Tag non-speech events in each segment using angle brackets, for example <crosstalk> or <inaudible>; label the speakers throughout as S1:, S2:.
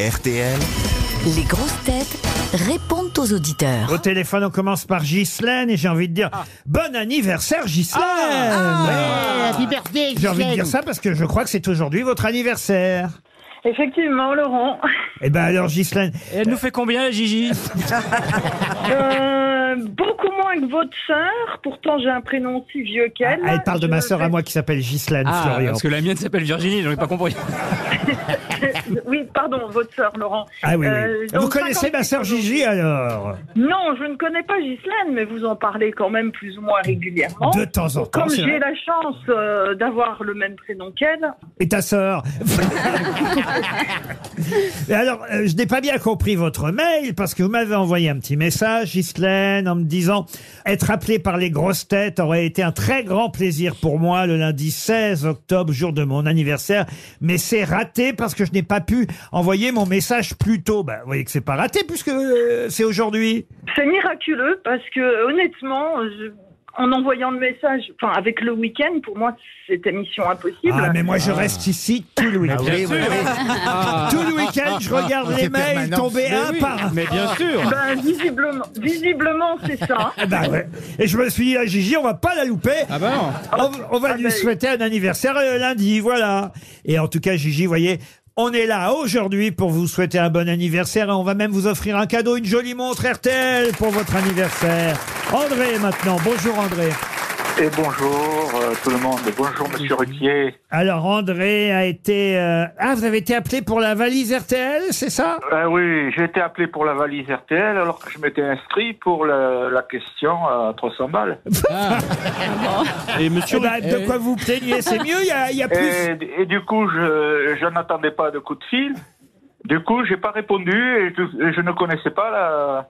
S1: RTL.
S2: Les grosses têtes répondent aux auditeurs.
S3: Au téléphone, on commence par Ghislaine et j'ai envie de dire bon anniversaire Ghislaine
S4: Ah, happy birthday,
S3: J'ai envie de dire
S4: Ghislaine.
S3: ça parce que je crois que c'est aujourd'hui votre anniversaire. <laughs>
S5: Effectivement, Laurent.
S3: Eh ben alors Ghislaine,
S6: Elle nous fait combien, la Gigi
S5: Euh, beaucoup moins que votre sœur. Pourtant, j'ai un prénom aussi vieux qu'elle.
S3: Ah, elle parle de ma
S5: Je
S3: sœur à
S5: fais-
S3: moi qui s'appelle Ghislaine
S6: Ah,
S3: Florian.
S6: parce que la mienne s'appelle Virginie, j'en ai pas compris.
S5: Oui, pardon, votre sœur, Laurent.
S3: Ah oui, oui.
S5: Euh,
S3: Vous
S5: donc,
S3: connaissez ma sœur
S5: 56
S3: Gigi alors
S5: Non, je ne connais pas Ghislaine, mais vous en parlez quand même plus ou moins régulièrement.
S3: De temps en temps,
S5: Comme
S3: c'est vrai.
S5: j'ai la chance euh, d'avoir le même prénom qu'elle,
S3: Et ta sœur Et alors, euh, je n'ai pas bien compris votre mail parce que vous m'avez envoyé un petit message, Ghislaine, en me disant être appelé par les grosses têtes aurait été un très grand plaisir pour moi le lundi 16 octobre, jour de mon anniversaire, mais c'est raté parce que je n'ai pas pu envoyer mon message plus tôt. Bah, vous voyez que c'est pas raté puisque euh, c'est aujourd'hui.
S5: c'est miraculeux parce que honnêtement, je- en envoyant le message, enfin avec le week-end, pour moi, c'était mission impossible.
S3: Ah, mais moi je reste ici tout le week-end.
S6: Bien sûr. Ah.
S3: Tout le week-end, je regarde les mails tomber
S6: Mais
S3: un
S6: oui,
S3: par un.
S6: Mais bien sûr.
S5: Ben, visiblement, visiblement c'est
S3: <laughs>
S5: ça.
S3: Ah bah ouais. Et je me suis dit, à Gigi, on va pas la louper.
S6: Ah bah non.
S3: On, on va
S5: Ah
S3: lui
S5: ben.
S3: souhaiter un anniversaire euh, lundi, voilà. Et en tout cas, Gigi, voyez, on est là aujourd'hui pour vous souhaiter un bon anniversaire et on va même vous offrir un cadeau, une jolie montre RTL pour votre anniversaire. André maintenant, bonjour André.
S7: Et bonjour euh, tout le monde, Et bonjour Monsieur Ruquier.
S3: Alors André a été... euh, Ah, vous avez été appelé pour la valise RTL, c'est ça
S7: Ah oui, j'ai été appelé pour la valise RTL alors que je m'étais inscrit pour le- la question à 300 balles.
S6: Ah, Et monsieur.
S3: Eh ben, De quoi vous plaignez, c'est mieux, il y a, il y
S7: Eh.
S3: a plus...
S7: Et, et du coup, je, je n'attendais pas de coup de fil. Du coup, j'ai pas répondu et je, je ne connaissais pas la,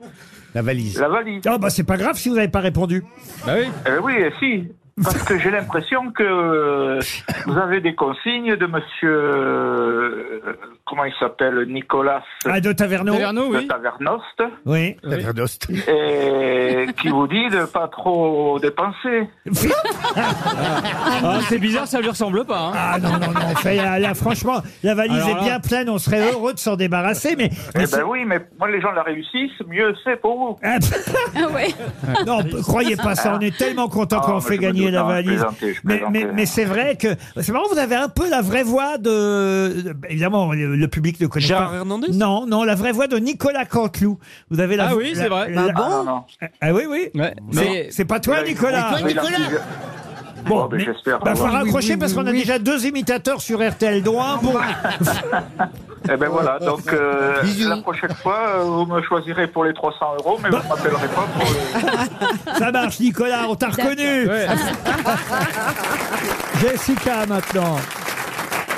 S8: La valise.
S7: la valise.
S3: Oh bah c'est pas grave si vous n'avez pas répondu.
S6: Bah oui.
S7: Eh oui, eh si. Parce que j'ai l'impression que euh, vous avez des consignes de Monsieur, euh, comment il s'appelle, Nicolas
S3: Ah, de Taverneau
S6: Taverneau,
S7: de
S6: oui.
S7: Tavernost.
S3: Oui.
S8: La verdoste.
S7: et qui vous dit de pas trop dépenser.
S6: Ah, c'est bizarre, ça lui ressemble pas. hein.
S3: Ah non, non, non, enfin, là, là, franchement, la valise
S6: Alors
S3: est
S6: là-
S3: bien pleine, on serait heureux de s'en débarrasser, mais...
S7: Eh ben oui, mais moins les gens la réussissent, mieux c'est pour vous.
S3: Ah, Non, p- croyez pas ça, on est tellement content
S7: Ah,
S3: qu'on
S7: mais
S3: fait
S7: je me
S3: gagner
S7: doute,
S3: la
S7: non, je
S3: valise.
S7: plaisantais, je euh.
S3: Mais, mais,
S7: plaisantais.
S3: mais c'est vrai que. C'est marrant, vous avez un peu la vraie voix de. de- Évidemment, le le public ne connaît
S6: Gérard
S3: pas.
S6: Hernandez
S3: Non, non, la vraie voix de Nicolas Canteloup. Vous avez la
S6: Ah oui,
S3: la-
S6: c'est vrai.
S3: la-
S7: Ah, non, non.
S3: Ah oui, oui.
S6: Ouais.
S3: C'est-
S6: Mais
S3: C'est pas toi,
S7: Oui,
S3: Nicolas.
S7: oui,
S4: Toi,
S7: la
S4: Nicolas.
S7: petite-
S3: Bon,
S7: Bon, ben,
S3: mais-
S7: j'espère
S3: bah, faut
S7: avoir-
S3: raccrocher parce qu'on a déjà deux imitateurs sur RTL, dont un pour.
S7: Eh ben voilà, donc euh,
S8: Bisous.
S7: la prochaine fois, euh, vous me choisirez pour les 300 euros, mais vous
S3: Bah-
S7: ne m'appellerez pas pour les...
S3: Ça marche, Nicolas, on t'a reconnu.
S6: Ouais.
S3: Jessica maintenant.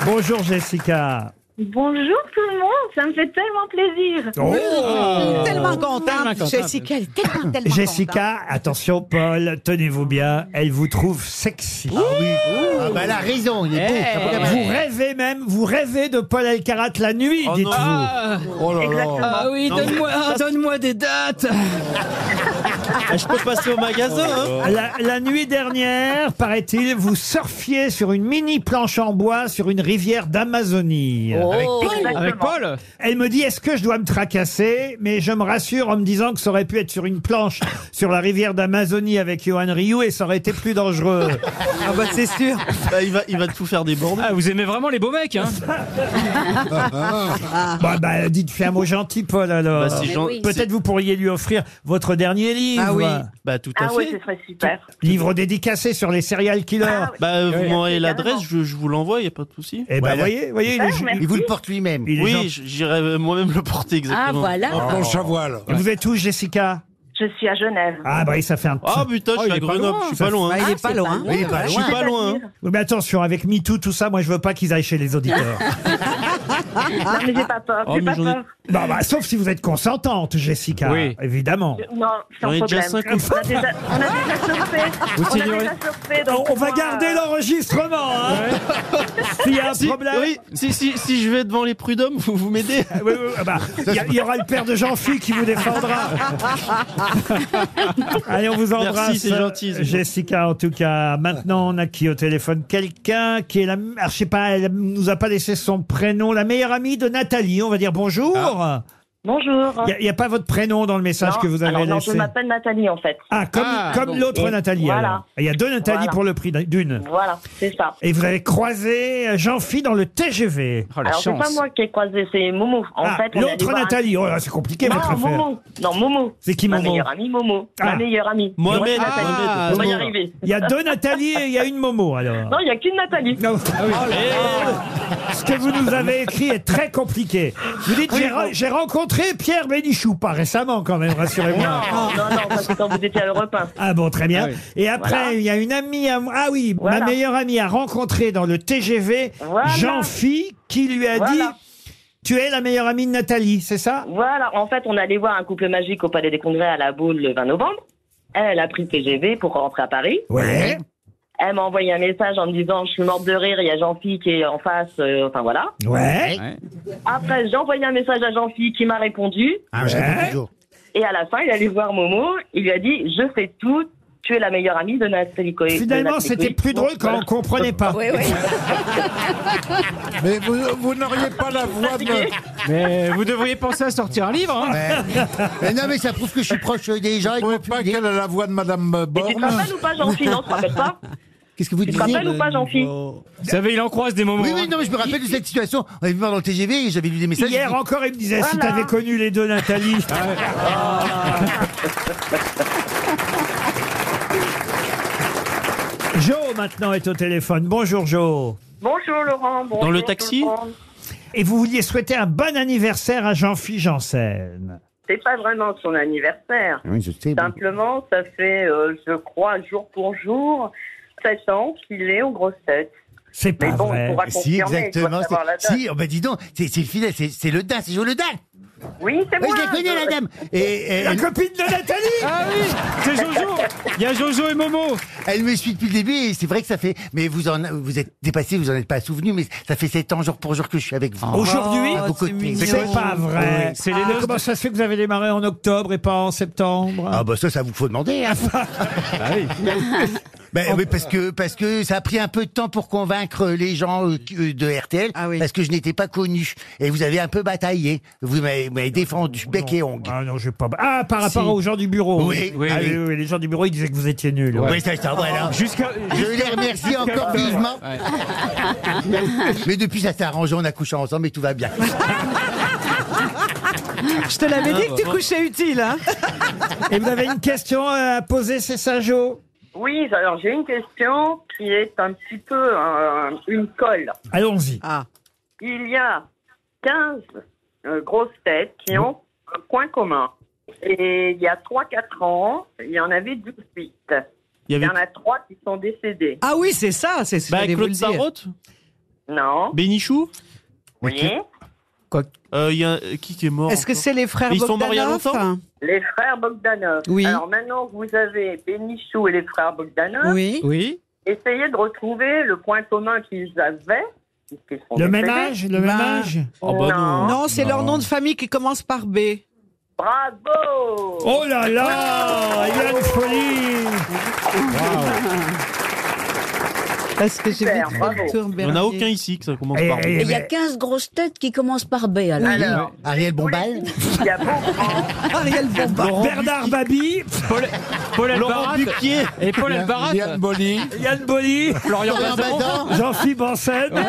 S3: Bonjour, Jessica.
S5: Bonjour tout le monde, ça me fait tellement plaisir.
S4: Oh, Tellement
S6: Tellement
S4: contente,
S6: contente.
S4: Jessica, elle est tellement, tellement contente.
S3: Ah. Jessica, attention, Paul, tenez-vous bien, elle vous trouve sexy.
S8: Ah bah elle a raison, il est
S6: Eh.
S3: Vous rêvez même, vous rêvez de Paul Alcarat la nuit,
S7: Oh
S3: dites-vous.
S6: Ah,
S8: con. Oh là là.
S6: ah oui, donne-moi ah, donne-moi des dates. je peux passer au magasin.
S3: La, la nuit dernière, paraît-il, vous surfiez sur une mini planche en bois sur une rivière d'Amazonie.
S5: Oh.
S9: Oh,
S6: Avec Paul
S3: Elle me dit est-ce que je dois me tracasser Mais je me rassure en me disant que ça aurait pu être sur une planche sur la rivière d'Amazonie avec Johan Ryu et ça aurait été plus dangereux.
S9: <laughs> Ah bah c'est sûr. il va, il va tout faire déborder.
S6: ah, Vous aimez vraiment les beaux mecs, hein
S3: bah, bah, dites fais un mot gentil, Paul alors.
S9: Bah, c'est gen-
S4: oui.
S3: Peut-être vous pourriez lui offrir votre dernier livre.
S9: Ah oui. Bah tout à
S5: Ah
S9: fait.
S5: ouais, ce serait super.
S3: Livre dédicacé sur les serial killers.
S5: Ah ouais.
S9: Bah vous
S5: Ouais.
S9: m'envoyez l'adresse,
S5: Carrément.
S9: je, je vous l'envoie, y a pas de souci.
S3: Eh ben,
S8: Voilà.
S3: voyez, voyez, il est,
S5: Ah, merci.
S8: Il vous le porte lui-même.
S3: il est
S9: Oui,
S3: gentil.
S9: j- j'irai moi-même le porter
S4: Ah,
S9: exactement.
S4: voilà.
S8: En planche à voile.
S3: Vous êtes où, Jessica
S5: Je suis à Genève.
S3: Ah, bah oui, ça fait un petit.
S9: Ah putain, je
S6: Oh,
S9: suis
S6: il
S9: à
S6: est pas
S9: Grenoble,
S6: loin.
S9: je suis pas loin.
S4: Ah,
S9: hein.
S4: c'est pas loin.
S8: Oui, pas
S2: Bah,
S9: Je
S8: loin.
S9: suis pas loin. hein.
S3: Oui, mais attention, avec MeToo, tout ça, moi, je veux pas qu'ils aillent chez les
S9: <laughs>
S3: auditeurs.
S5: Non, mais j'ai pas peur,
S9: Oh,
S5: j'ai
S9: mais
S5: pas
S9: j'en ai-
S5: peur.
S3: Bon, bah, sauf si vous êtes consentante, Jessica.
S6: Oui.
S3: Évidemment.
S5: Non,
S9: J'en
S5: sans
S9: ai
S5: problème.
S9: déjà cinq
S5: on a déjà, on a déjà surfé. on a
S6: signerez-
S5: déjà surfé.
S3: On,
S5: donc
S3: on va
S5: moi,
S3: garder
S5: euh,
S3: l'enregistrement, hein <laughs> S'il y a un
S9: Si,
S3: problème.
S9: oui, si, si, si je vais devant les prud'hommes, vous, vous m'aidez
S3: Ah, oui, oui, ah bah, Il y a- il y, aura le père de Jean-Philippe qui vous
S9: <laughs>
S3: défendra. Allez, on vous embrasse.
S9: c'est gentil, c'est
S3: Jessica, en tout cas. Maintenant, on a qui au téléphone Quelqu'un qui est la. ah, je sais pas, elle nous a pas laissé son prénom. La meilleure meilleure amie de Nathalie. On va dire bonjour.
S1: Bonjour.
S3: Il n'y a, pas votre prénom dans le message
S1: Ah. Non,
S3: que vous avez
S1: alors, non,
S3: laissé.
S1: je m'appelle Nathalie en fait.
S3: Ah, comme, comme
S1: donc,
S3: l'autre
S1: et
S3: Nathalie.
S1: Voilà,
S3: alors. Il y a deux Nathalie
S1: Voilà.
S3: pour le prix d'une.
S1: voilà c'est ça.
S3: Et vous avez croisé euh, Jean-Phi dans le TGV.
S6: Oh,
S1: alors c'est pas moi qui ai croisé, c'est Momo. En
S3: Ah,
S1: fait, on est allé
S3: l'autre
S1: voir un-
S3: Nathalie. Oh là, c'est compliqué votre
S1: non,
S3: affaire.
S1: Momo. Non, Momo.
S3: C'est qui,
S1: Ma
S3: Momo
S1: meilleure amie, Momo.
S3: Ah.
S1: Ma meilleure amie.
S3: Mohamed,
S1: Moi, c'est
S3: ah,
S1: Nathalie.
S3: Mohamed.
S1: on va y
S3: Momo.
S1: arriver.
S3: Il y a deux Nathalie et il y a une Momo alors. Oh
S1: Non, Ah il n'y a qu'une Nathalie.
S3: Ce que vous nous avez écrit est très compliqué. Vous dites,
S1: Oui,
S3: j'ai,
S1: bon.
S3: j'ai rencontré Pierre Bénichou, pas récemment quand même, rassurez-moi.
S1: Non, non, non, parce que quand vous étiez à Europe 1.
S3: Ah bon, très bien. Et après,
S1: Voilà.
S3: il y a une amie à moi. Ah oui,
S1: Voilà.
S3: ma meilleure amie a rencontré dans le TGV
S1: Voilà.
S3: Jean-Phi qui lui a
S1: Voilà.
S3: dit Tu es la meilleure amie de Nathalie, c'est ça
S1: Voilà, en fait, on allait voir un couple magique au Palais des Congrès à La Boule le 20 novembre. Elle a pris le TGV pour rentrer à Paris.
S3: Ouais.
S1: Elle m'a envoyé un message en me disant Je suis morte de rire, il y a Jean-Phi qui est en face, euh, enfin voilà.
S3: Ouais.
S1: Après, j'ai envoyé un message à Jean-Phi qui m'a répondu.
S8: Ah, je réponds toujours.
S1: Et à la fin, il allait voir Momo. Il lui a dit Je fais tout, tu es la meilleure amie de Nathalie Coe.
S3: Finalement, c'était plus drôle quand on comprenait pas.
S8: Mais vous, vous n'auriez pas la voix de.
S6: Mais vous devriez penser à sortir un livre. hein.
S8: Ouais. Mais non, mais ça prouve que je suis proche des gens. Vous ne trouvez pas qu'elle a la voix de Madame
S1: Et tu te rappelles ou pas, Jean-Phi Non, tu te rappelles pas
S8: Qu'est-ce que vous
S1: Tu te
S8: disiez
S1: rappelles ou pas, Jean-Phi
S6: Vous savez, il en croise des moments.
S8: Oui,
S6: hein.
S8: oui, non, mais je me rappelle de cette situation. On avait vu dans le TGV et j'avais lu des messages.
S3: Hier
S8: je dis,
S3: encore, il me disait Si
S1: Voilà.
S3: t'avais connu les deux Nathalie.
S1: <laughs>
S3: <laughs> Jo maintenant est au téléphone. Bonjour Jo.
S5: Bonjour Laurent. bonjour
S9: le
S5: tout
S9: taxi
S5: monde.
S3: Et vous vouliez souhaiter un bon anniversaire à Jean-Philippe Janssen.
S5: C'est pas vraiment son anniversaire.
S8: Oui, je sais. bon.
S5: Simplement, ça fait, euh, je crois, jour pour jour, 7 ans qu'il est aux grosses têtes.
S3: C'est pas
S5: Mais bon,
S3: vrai.
S5: il pourra
S8: Si,
S5: confirmer. il
S8: exactement.
S5: doit savoir la
S8: c'est-
S5: date.
S8: Si, oh, bah dis donc, c'est c'est fidèle, c'est c'est le DAS, c'est joue le DAS.
S5: Oui, c'est
S8: Oui,
S5: moi.
S8: je la connais, la dame. Et, et
S3: La
S8: elle,
S3: copine de Nathalie
S6: Ah oui, c'est Jojo. Il y a Jojo et Momo.
S8: elle me suit depuis le début et c'est vrai que ça fait. Mais vous en, vous êtes dépassé, vous en êtes pas souvenu, mais ça fait 7 ans jour pour jour que je suis avec vous.
S3: Aujourd'hui
S8: À vos côtés.
S3: C'est pas vrai.
S6: Oui, c'est les
S3: Ah,
S6: noces
S3: Comment ça se fait que vous avez démarré en octobre et pas en septembre
S8: Ah bah ça, ça vous faut demander. Hein. <laughs> Ben, oui, parce que parce que ça a pris un peu de temps pour convaincre les gens euh, qui- euh, de RTL
S4: Ah oui.
S8: parce que je n'étais pas connu et vous avez un peu bataillé. Vous m'avez vous m'avez défendu bec et ongles.
S3: Ah non, je vais pas. Ah, par rapport aux gens du bureau.
S8: Oui, oui,
S3: Ah
S8: oui.
S3: Les gens du bureau, ils disaient que vous étiez nuls. ouais.
S8: Oui, ça, ça, voilà.
S6: Jusqu'à.
S8: Je les remercie encore vivement. <laughs> Mais depuis, ça s'est arrangé, on a couché ensemble et tout va bien.
S4: Ah, Je te l'avais dit que tu couchais utile, hein
S3: Et vous avez une question à poser, c'est ça, Jo
S5: Oui, alors j'ai une question qui est un petit peu euh, une colle.
S3: Allons-y.
S5: Il y a 15 euh, grosses têtes qui ont un point commun. Et il y a 3-4 ans, il y en avait 18.
S9: Il y
S5: Il y
S9: avait
S5: en a 3 qui sont décédés.
S4: Ah oui, c'est ça, c'est ce que
S9: bah,
S4: j'allais vous
S9: Claude
S4: le dire.
S9: Sarraute,
S5: Non.
S9: Bénichou.
S5: Oui.
S9: Euh, Il y a un- qui qui est mort
S4: Est-ce que
S9: encore
S4: c'est les frères
S9: Ils sont morts il y a
S4: Bogdanov
S9: longtemps
S5: Les frères Bogdanov.
S4: Oui.
S5: Alors maintenant que vous avez Bénichou et les frères Bogdanov,
S4: Oui.
S6: Oui.
S5: essayez de retrouver le point commun qu'ils avaient. puisqu'ils sont
S3: Le même
S5: décédés.
S3: âge Le même
S4: Bah,
S3: âge
S9: Ah bah non.
S4: Non, c'est leur nom de famille qui commence par B.
S5: Bravo
S3: Oh là là Il y a une folie
S4: Parce que j'ai vu
S5: Super, bravo.
S4: Troctour-Berger.
S9: Il n'y en a aucun ici que ça commence
S3: Et-
S9: par.
S3: et-
S4: Eh
S2: Et il y a
S4: ben.
S2: 15 grosses têtes qui commencent par B alors.
S5: Alors,
S8: Ariel Bombal
S5: il y a beaucoup.
S4: Ariel Bombard.
S3: eh, Bernard Babi,
S6: Paul, Paul
S9: Laurent
S6: Elbarat.
S9: Buquier.
S6: Et Paul Elbarat.
S8: Bolly
S3: Yann <laughs> Bonny,
S6: Florian
S8: Florian
S6: Bazan.
S8: Bazan
S3: Jean-Philippe Janssen,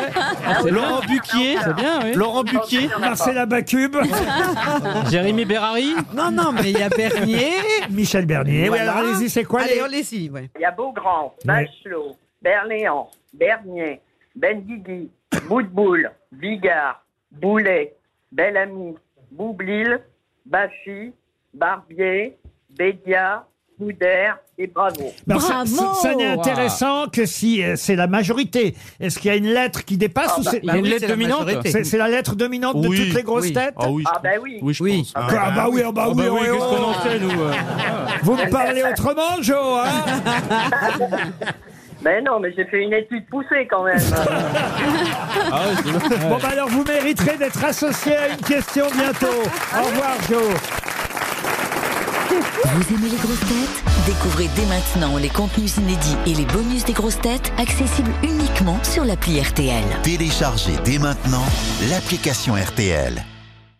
S9: Laurent Buquier.
S6: C'est bien, Ah oui.
S9: Laurent Buquier.
S3: Marcella Bacube, <laughs>
S6: Jérémy Berrari.
S4: Non, non, mais il y a Bernier.
S3: Michel Bernier. Oui,
S4: Voilà.
S3: alors allez-y, c'est quoi
S4: Allez,
S3: les-
S4: on les y, ouais.
S5: Il y a Beaugrand, Bachelot, Berléand, Bernier, Benguigui, Boutboul, Bigard, Boulet, Bellamy, Boublil, Baffy, Barbier, Bédia, Boudère et Bravo.
S3: Non, ça-
S2: Bravo
S3: ça, ça n'est intéressant que si euh, c'est la majorité. Est-ce qu'il y a une lettre qui dépasse
S5: Ah
S3: ou
S5: bah,
S3: c'est-
S6: Il y a une
S4: oui,
S6: lettre
S4: c'est la
S6: dominante.
S4: majorité.
S3: c'est c'est la lettre dominante de
S9: Oui.
S3: toutes les grosses
S4: Oui.
S3: tête
S9: Ah oui. je
S5: Ah
S9: pense.
S5: bah oui,
S9: Oui, je
S4: Oui.
S9: pense.
S3: ah, bah, oui, ah bah
S6: Ah
S3: oui,
S6: bah
S3: oh,
S6: oui,
S3: oh,
S6: qu'est-ce qu'on
S3: oh.
S6: en sait, nous euh
S3: Vous me parlez autrement, Joe hein
S5: mais Ben non, mais j'ai fait une étude poussée quand même.
S6: Ah ouais, c'est bien.
S3: Bon, bah alors vous mériterez d'être associé à une question bientôt. Au revoir, Joe.
S2: Vous aimez les grosses têtes Découvrez dès maintenant les contenus inédits et les bonus des grosses têtes accessibles uniquement sur l'appli RTL.
S10: Téléchargez dès maintenant l'application RTL.